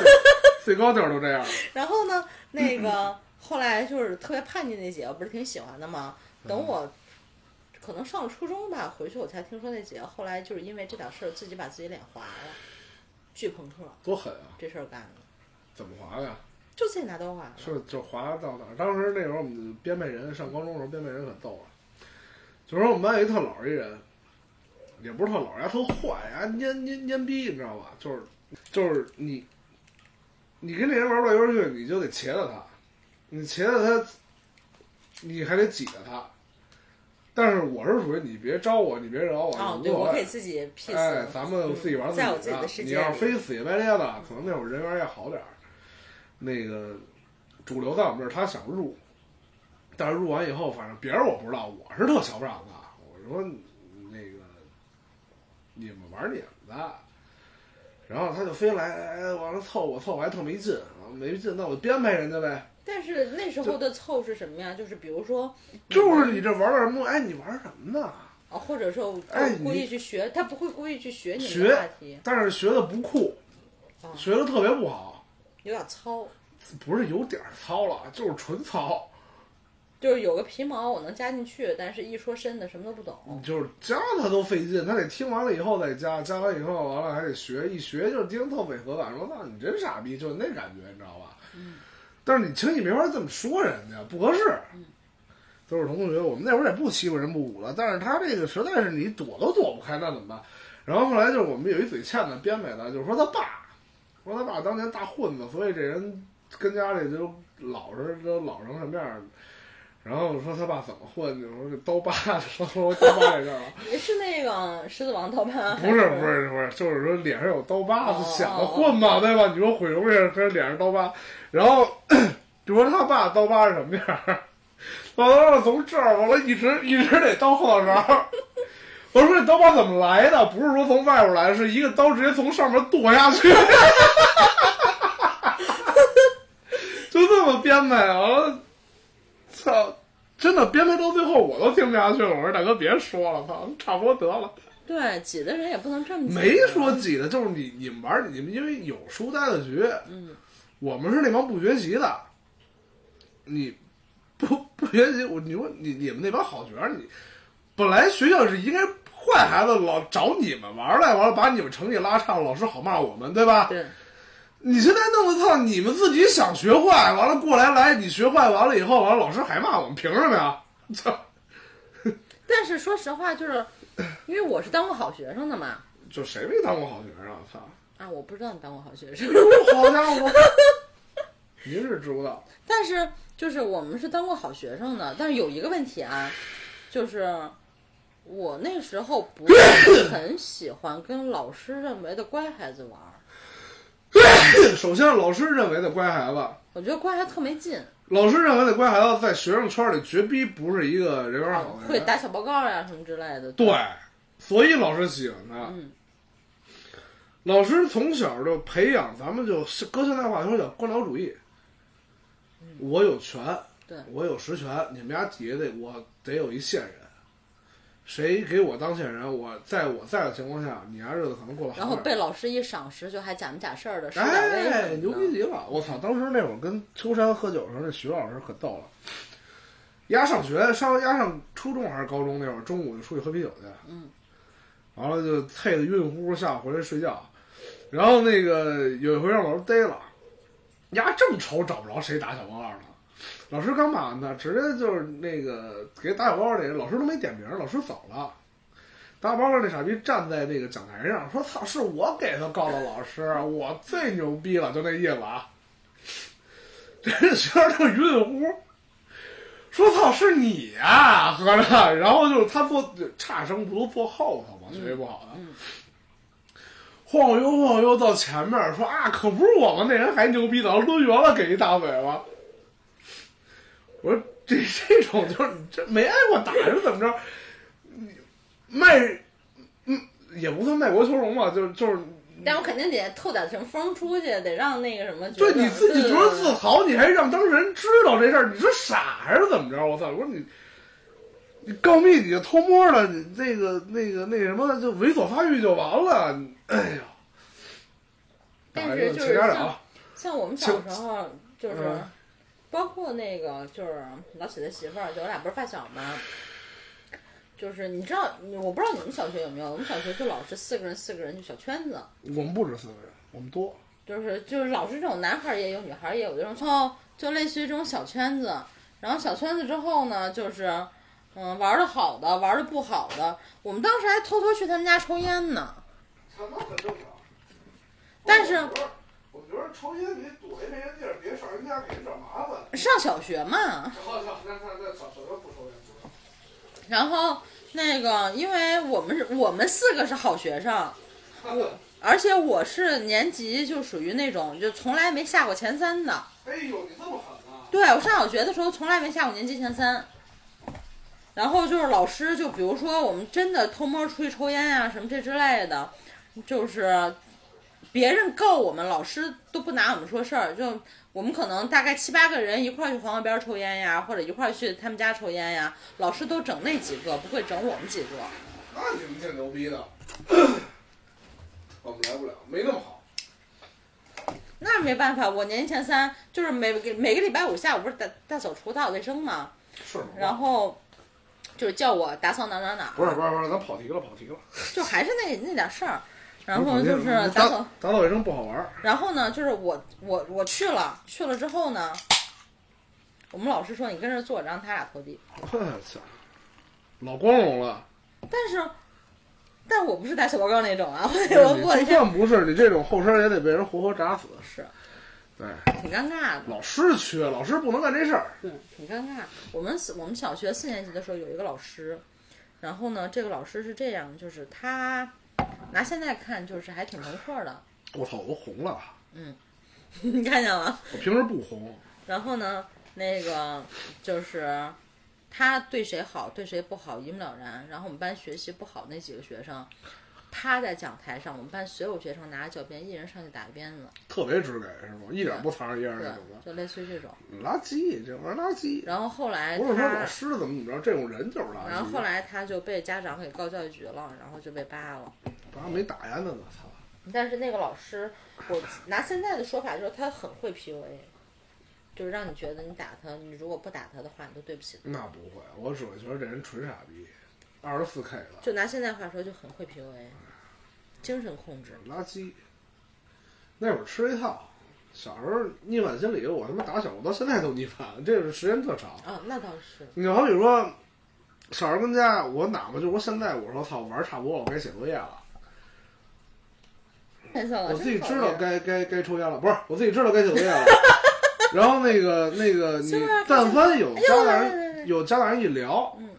最高地儿都这样了。
然后呢，
嗯
那个后来就是特别叛逆那姐，我不是挺喜欢的吗？等我可能上了初中吧，回去我才听说那姐后来就是因为这点事儿自己把自己脸划了，巨朋克
多狠啊！
这事儿干的，
怎么划的呀？
就自己拿刀划了。
是就划到哪儿？当时那时候我们编排人上高中的时候，编排人可逗了，就说我们班有一特老一人，也不是特老，人家特坏，人家蔫蔫蔫逼，你知道吧？就是就是你，你跟这人玩不到一块儿去，你就得茄子他，你茄子他，你还得挤着他。但是我是属于你别招我，你别惹我，
哦，
你
对，
无所
我可
谓
以。自己 P
哎，
死。
咱们自己玩自己啊
在我自己的世界
你要
里
是非死乞白赖的，可能那会儿人缘也好点儿。那个主流在我们这儿，他想入，但是入完以后，反正别人我不知道，我是特瞧不上他。我说那个你们玩你们的，然后他就非来哎往上凑我，凑我还特没劲，啊没劲，那我编排人家呗。
但是那时候的凑是什么呀？就是比如说，
就是你这玩点什么？哎，你玩什么呢？
啊，或者说我
哎
故意
你
去学，他不会故意去学你们
学
的话题，
但是学的不酷，
啊
学的特别不好。
有点糙，
不是有点儿糙了，就是纯糙，
就是有个皮毛我能加进去，但是一说深的什么都不懂。
就是加他都费劲，他得听完了以后再加，加完以后完了还得学，一学就听特违和感，说那你真傻逼，就那感觉，你知道吧？但是你其实你没法这么说人家，不合适。都是同学，我们那会儿也不欺负人不武了，但是他这个实在是你躲都躲不开，那怎么办？然后后来就是我们有一嘴欠的编排的，就是说他爸，说他爸当年大混子，所以这人跟家里就老实，都老成什么样儿。然后说他爸怎么混的，我 说这刀疤，说说刀疤这事儿啊，
是那个《狮子王》盗 版？
不是不，是不是，就是说脸上有刀疤，
哦
就显得混嘛，对吧？你说毁容也是脸上刀疤，然后 就说他爸刀疤是什么样儿？老头儿从这儿完了，一直一直得到后脑勺。我说这刀疤怎么来的？不是说从外边来的，是一个刀直接从上面剁下去。 就这么编排，完了，操！真的编排到最后，我都听不下去了。我说大哥，别说了，操，差不多得了。
对，挤的人也不能这么挤。
没说挤的，就是你你们玩儿，你们因为有书呆子学，
嗯，
我们是那帮不学习的。你不不学习，我你说你你们那帮好学生，你本来学校是应该坏孩子老找你们玩儿来，完了把你们成绩拉差，老师好骂我们，对吧？
对，
你现在弄得操，你们自己想学坏，完了过来来，你学坏完了以后，完了老师还骂我们，凭什么呀？ 操，
但是说实话，就是因为我是当过好学生的嘛。
就谁没当过好学生啊？操，
啊，我不知道你当过好学生，
好家伙，您是知不道。
但是就是我们是当过好学生的，但是有一个问题啊，就是我那时候不是很喜欢跟老师认为的乖孩子玩儿，
首先，老师认为的乖孩子，
我觉得乖孩子特没劲，
老师认为的乖孩子，在学生圈里绝逼不是一个人缘好的
会
人。
打小报告呀、什么之类的。
啊对，所以老师喜欢他。
嗯
老师从小就培养，咱们就是搁现在话说叫官僚主义。我有权，
嗯对
我有实权，你们家底下得我得有一线人，谁给我当线人，我在我在的情况下，你家日子可能过得好
然后
点儿
被老师一赏识，就还假模假式儿的施点威
哎，
什
牛
么
逼
的。
极了！我操，当时那会儿跟秋山喝酒的时候，那徐老师可逗了。丫上学上丫上初中还是高中那会儿，中午就出去喝啤酒去，
嗯，
完了就累得晕乎乎，下午回来睡觉。然后那个有一回让老师逮了，丫正愁找不着谁打小报告呢，老师刚骂完他，直接就是那个给打小报告那人，老师都没点名，老师走了。打小报告那傻逼站在那个讲台上说：“操，是我给他告的老师，我最牛逼了，就那意思啊。”这学生就晕乎，说：“操，是你啊呀、合着。”然后就是他坐差生不都坐后头嘛，学习不好的。
嗯
晃悠晃悠到前面说啊，可不是我们那人还牛逼呢，抡圆了给一大嘴巴。我说这这种就是你这没挨过打是怎么着？你卖，嗯，也不算卖国求荣吧，就就是
但我肯定得透点什么风出去，得让那个什么觉
对
得。
你自己觉得自
对
豪，你还让当事人知道这事儿，你是傻还是怎么着？我操！我说你，你告密你就偷摸的，你那个那个那什么，就猥琐发育就完了。你哎呀，
但是就是
请家
像
长。
像我们小时候就是
啊嗯，
包括那个就是老许的媳妇儿，就我俩不是发小嘛。就是你知道，我不知道你们小学有没有？我们小学就老是四个人四个人就小圈子，
我们不止四个人，我们多。
就是就是老是这种男孩儿也有，女孩儿也有，这种哦，就类似于这种小圈子。然后小圈子之后呢，就是嗯玩的好的，玩的不好的，我们当时还偷偷去他们家抽烟呢。
那很正常。
但是
我觉得抽烟你躲一没人地儿，别上人家给人找麻烦。
上小学嘛，
好好，那那那小小时候不抽烟，不抽烟。
然后那个因为我们是我们四个是好学生，
我
而且我是年级就属于那种就从来没下过前三的。
哎呦，你这么狠 啊！
对我上小学的时候从来没下过年级前三，然后就是老师就比如说我们真的偷摸出去抽烟啊呀、什么这之类的，就是别人告我们，老师都不拿我们说事儿，就我们可能大概七八个人一块儿去黄河边儿抽烟呀，或者一块儿去他们家抽烟呀，老师都整那几个，不会整我们几个。
那你们挺牛逼的。 我们来不了，没那么好。
那没办法，我年级前三就是每个每个礼拜五下午不是大大扫除、打扫卫生嘛，
是吗？
然后就是叫我打扫哪儿哪儿哪儿。
不是不是不是，咱跑题了，跑题了。
就还是那那点事儿，然
不
后
跑题
就
了
是
打
打扫，
打扫卫生不好玩儿。
然后呢，就是我我我去了，去了之后呢，我们老师说你跟这儿坐着，让他俩拖地。
我操，哎老光荣了。
但是，但我不是打小报告那种啊，我 我
你
我
就算不是你这种后生，也得被人活活炸死。
是
对，
挺尴尬的。
老师缺，老师不能干这事儿。
嗯，挺尴尬。我们四我们小学四年级的时候有一个老师，然后呢，这个老师是这样，就是他拿现在看就是还挺朋克的，
我操，我都红了，
你看见了？
我平时不红。
然后呢，那个就是他对谁好对谁不好一目了然。然后我们班学习不好那几个学生趴在讲台上，我们班所有学生拿着教鞭，一人上去打一鞭子，
特别直给是吗？一点不藏着掖着
对
那种，的，
就类似于这种。
垃圾，这玩意儿垃圾。
然后后来
不是说老
哎他，
师怎么怎么着，这种人就是垃圾。
然后后来他就被家长给告教育局了，然后就被扒了。
爸没打呀那个，操！
但是那个老师，我拿现在的说法就是他很会 PUA，就是让你觉得你打他，你如果不打他的话，你都对不起他。
那不会，我只会觉得这人纯傻逼，二十四 K 了，
就拿现在话说，就很会 PUA，精神控制。
垃圾。那会儿吃一套，小时候逆反心理，我他妈打小我到现在都逆反，这是时间特长。
啊、那倒是，
你好比说，小时候跟家，我哪怕就是说现在我说操玩儿差不多了，该写作业了，
太笑了。
我自己
啊真
知
讨
道
厌
该该该抽烟了，不是我自己知道该写作业了。 然后那个那个你
是不是
但凡有
哎
家
呦，
长
来来来来
有家长一聊，
嗯，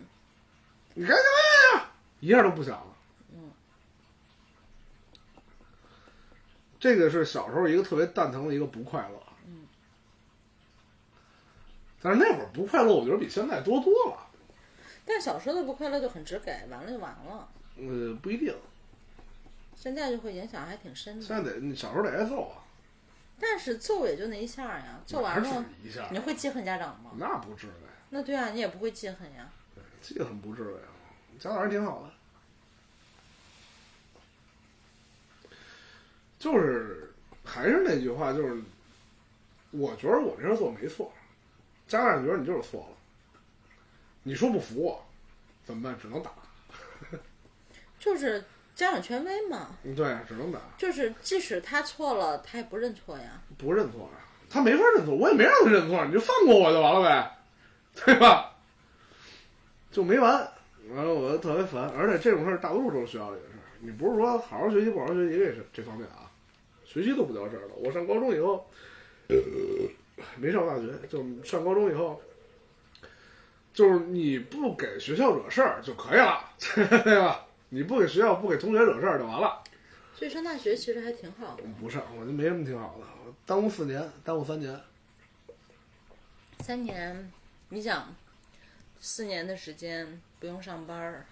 你干什么呀？一下都不想了。
嗯，
这个是小时候一个特别蛋疼的一个不快乐。
嗯，
但是那会儿不快乐，我觉得比现在多多了。
但小时候的不快乐就很直给，完了就完了。
呃，不一定，
现在就会影响还挺深
现
的，
在得你小时候得挨揍啊，
但是揍也就那一下儿呀，揍完
哪
了
止一下，
你会记恨家长吗？
那不至于，
那对啊，你也不会记恨呀。
这个很不至于啊。家长人挺好的，就是还是那句话，就是我觉得我这事做没错，家长觉得你就是错了，你说不服我怎么办？只能打，
就是家长权威嘛，
对，啊只能打，
就是即使他错了，他也不认错呀。
不认错呀，他没法认错，我也没让他认错，你就放过我就完了呗，对吧？就没完，完了我就特别烦，而且这种事儿大多数都是学校里的事儿，你不是说好好学习不好好学习这是这方面啊，学习都不叫事儿了。我上高中以后，呃，没上大学，就上高中以后。就是你不给学校惹事儿就可以了， 对吧？你不给学校、不给同学惹事儿就完了。
所以上大学其实还挺好的，
不是，我就没什么挺好的，我耽误四年，耽误三年，
三年，你想，四年的时间不用上班儿，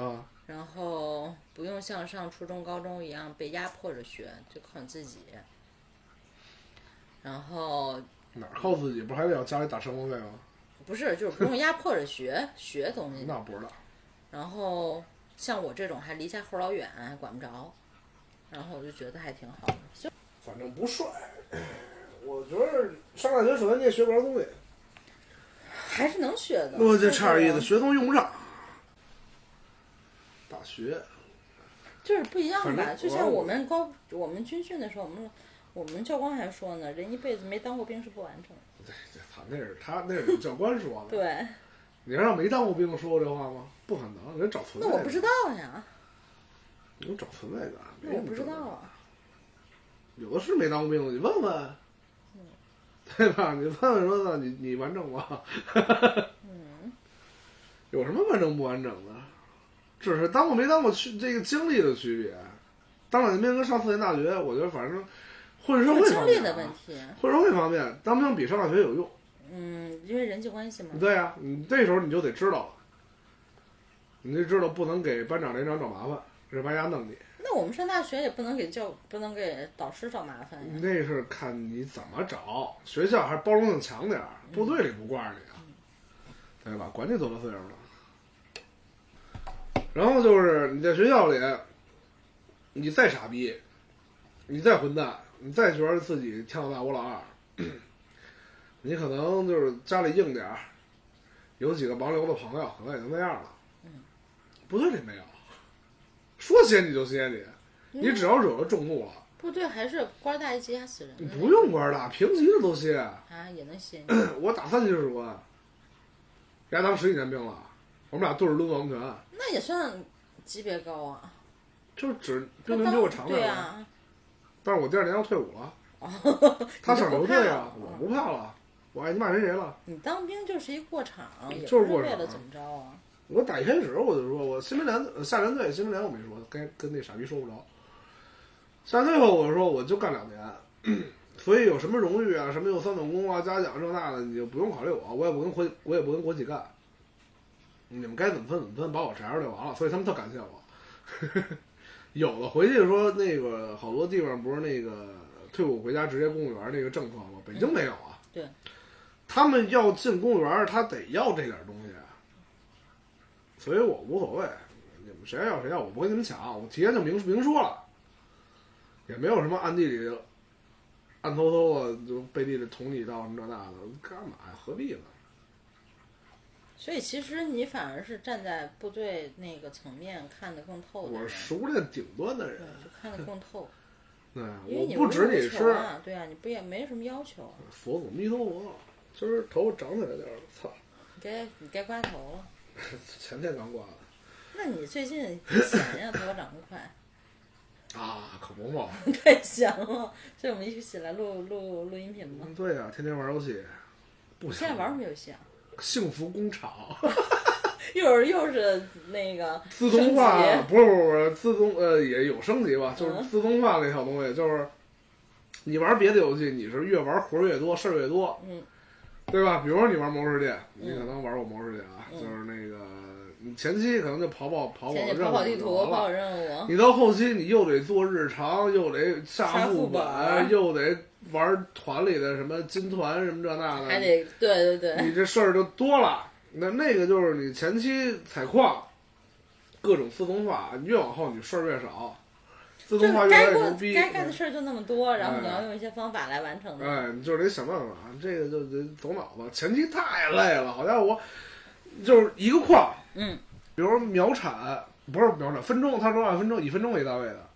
啊，
然后不用像上初中、高中一样被压迫着学，就靠你自己。然后
哪儿靠自己？不还得要家里打生活费吗？
不是，就是不用压迫着学学东西。
那不知道，
然后像我这种还离家后老远，还管不着，然后我就觉得还挺好的。就
反正不帅。我觉得上大学首先你也学不着东西，
还是能学的。
我这差点意思，
就是
学东西用不上。啊大学
就是不一样
反
吧。
正
就
我
像我们高我们军训的时候，我们我们教官还说呢，人一辈子没当过兵是不完整的。
这操，那是他那是教官说的。
对，
你让没当过兵的说过这话吗？不可能，人找存
那
在感。
我不知道呀，
有找存在感，
那
没
我
什么
不知
正
道
经
啊。
有的是没当过兵的，你问问，
嗯
对吧？你问问说呢，你你完整吗？
嗯，
有什么完整不完整的？只是当过没当过区这个经历的区别。当两年兵跟上四年大学，我觉得反正混社
就
会
是经
方
历
面、
的
啊，
问题。
混社会方面，当兵比上大学有用。
嗯，因为人际关系嘛。
对啊，你这时候你就得知道了，你就知道不能给班长、连长找麻烦，这班家弄你。
那我们上大学也不能给教，不能给导师找麻烦呀。
那是看你怎么找，学校还包容性强点儿，部队里不惯着你啊，对吧？管你多大岁数了。然后就是你在学校里，你再傻逼，你再混蛋，你再觉得自己天老大我老二，你可能就是家里硬点儿，有几个盲流的朋友，可能也就那样了。部队里没有，说歇你就歇你，你只要惹了众怒了，
部队还是官儿大一级压死人
你
的
不用官儿大，平级的都歇。
啊，也能信。
我打三级士官，人家当十几年兵了，我们俩对着抡王权，
那也算级别高啊。
就是只
他
兵龄
当
比我长
对
点儿。
啊，
但是我第二年要退伍了，
哦
他想
你就
留
不
队
怕
啊
了，
我不怕了，我爱你骂谁谁了。
你当兵就是一过场，也
嗯就是
不
过
为
场
了怎么着啊？
我打一开始我就说，我新兵连呃下连队，新兵连我没说，跟跟那傻逼说不着。下连队后我说我就干两年，所以有什么荣誉啊，什么有三等功啊、嘉奖这那的，你就不用考虑我，我也不跟国我也不跟国企干，你们该怎么分怎么分，把我裁出来就完了。所以他们特感谢我。 有的回去说那个好多地方不是那个退伍回家直接公务员那个政策吗？北京没有啊。
对。
他们要进公务员，他得要这点东西，啊所以我无所谓，你们谁要谁要，我不跟你们抢，我提前就明明说了，也没有什么暗地里暗偷偷的就背地里捅你一刀什么这那的，干嘛呀？何必呢？
所以其实你反而是站在部队那个层面看得更透的
我
人，
是食物链顶端的
对
人，，
就看得更透。
对，
嗯因为
我
你
不
无欲
止
无
你
求
是
啊，对啊，你不也没什么要求，啊
佛祖弥陀佛，今儿头发长起来点儿了，操，
你该你该刮头了。
前天刚刮的
那你最近显呀，头发长得快，
啊，可不嘛，
太闲了，所以我们一起来录录录音频吧。
对呀、啊天天玩游戏，不行
现在玩什么游戏啊？
幸福工厂。
又是又是那个
自动化
升级
不是不是不是自动呃也有升级吧，就是
嗯
自动化那套东西，就是你玩别的游戏，你是越玩活儿越多，事儿越多，
嗯，
对吧？比如说你玩《魔兽世界》，你
嗯
可能玩过《魔兽世界》啊，
嗯
就是那个你前期可能就跑跑跑跑
前
任
几
务
跑跑地
就
图、
完
跑跑
了，
任务，
你到后期你又得做日常，又得
刷
下
副
副
本儿
又得玩团里的什么金团什么这那的，
还得对对对，
你这事儿就多了。那那个就是你前期采矿，各种自动化，越往后你事儿越少，自
就
动化
是
越来
该
越牛
过
逼。嗯
该干的事儿就那么多，然后
哎
你要用一些方法来完成的。
哎，你就是得想办法，这个就得走脑子。前期太累了，好像我就是一个矿，
嗯，
比如说秒产，不是秒产，分钟，他说按分钟以分钟为单位的。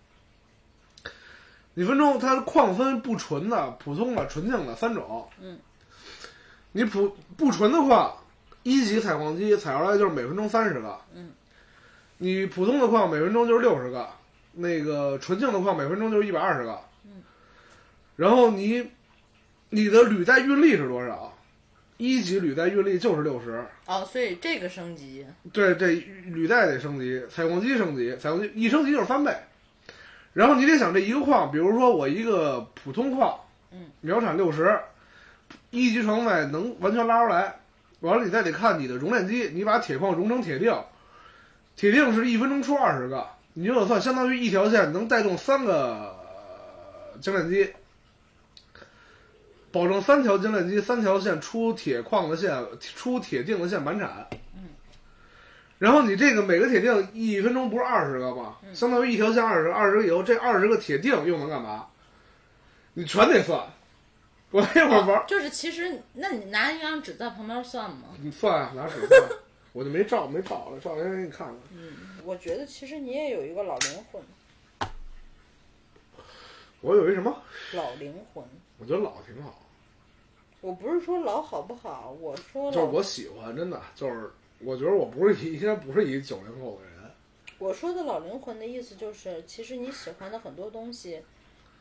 你分钟，它矿分不纯的、普通的、纯净的三种。
嗯，
你普不纯的矿，一级采矿机采出来就是每分钟三十个。
嗯，
你普通的矿每分钟就是六十个，那个纯净的矿每分钟就是一百二十个。
嗯，
然后你你的履带运力是多少？一级履带运力就是六十。
哦，所以这个升级，
对，这履带得升级，采矿机升级，采矿机一升级就是翻倍。然后你得想这一个矿，比如说我一个普通矿，
嗯，
秒产六十，一级成费能完全拉出来。完了，你再得看你的熔炼机，你把铁矿熔成铁锭，铁锭是一分钟出二十个，你就得算相当于一条线能带动三个呃精炼机，保证三条精炼机、三条线出铁矿的线、出铁锭的线满产。然后你这个每个铁锭一分钟不是二十个吗？相当于一条线二十，二十个以后这二十个铁锭又能干嘛？你全得算。我那会儿玩，
哦就是其实那你拿一张纸在旁边算吗？
你算啊，拿手算，我就没照，没照了，照先给你看看。
我觉得其实你也有一个老灵魂，
我有一什么？
老灵魂。
我觉得老挺好，
我不是说老好不好，我说
就是
老，
我喜欢，真的就是，我觉得我不是一，应该不是一九零后的人。
我说的老灵魂的意思就是，其实你喜欢的很多东西，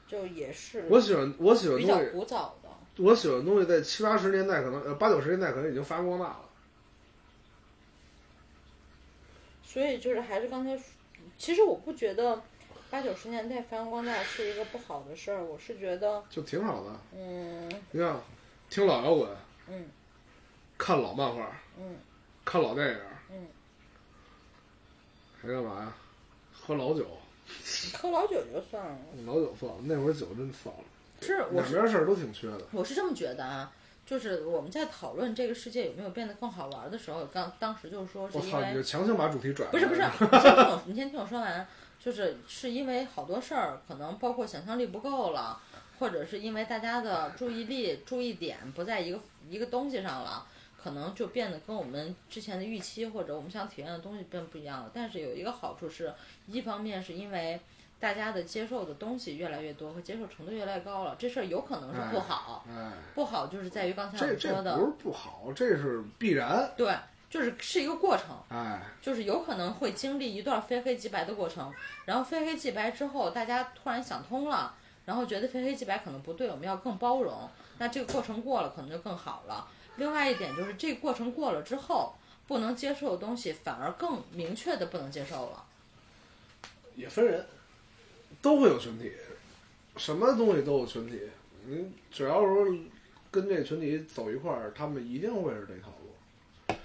就也是
我喜欢，我喜欢
比
东
较
西，
古早的。
我喜欢的东西在七八十年代可能，呃，八九十年代可能已经发扬光大了。
所以就是还是刚才说，其实我不觉得八九十年代发扬光大是一个不好的事儿，我是觉得，
就挺好的。
嗯，
你看，听老摇滚，
嗯，
看老漫画，
嗯，
看老电影，
嗯，
还干嘛呀？喝老酒，
喝老酒就算了。
老酒算了，那会儿酒真算了，
是，我
两
是
边事儿都挺缺的。
我是这么觉得啊，就是我们在讨论这个世界有没有变得更好玩的时候，刚当时就是说是
我
因
操，你
为
就强行把主题转
不是不是，
过来
你先听我，你先听我说完，就是是因为好多事儿可能包括想象力不够了，或者是因为大家的注意力注意点不在一个一个东西上了，可能就变得跟我们之前的预期或者我们想体验的东西变不一样了。但是有一个好处是，一方面是因为。大家的接受的东西越来越多和接受程度越来越高了，这事儿有可能是不好，
哎，
不好就是在于刚才我
这
们
这
说的
不，是不好，这是必然。
对，就是是一个过程，
哎，
就是有可能会经历一段非黑即白的过程，然后非黑即白之后，大家突然想通了，然后觉得非黑即白可能不对，我们要更包容。那这个过程过了，可能就更好了。另外一点就是，这个过程过了之后，不能接受的东西反而更明确的不能接受了。
也分人，都会有群体，什么东西都有嗯群体。你只要说跟这群体走一块儿，他们一定会是这套路。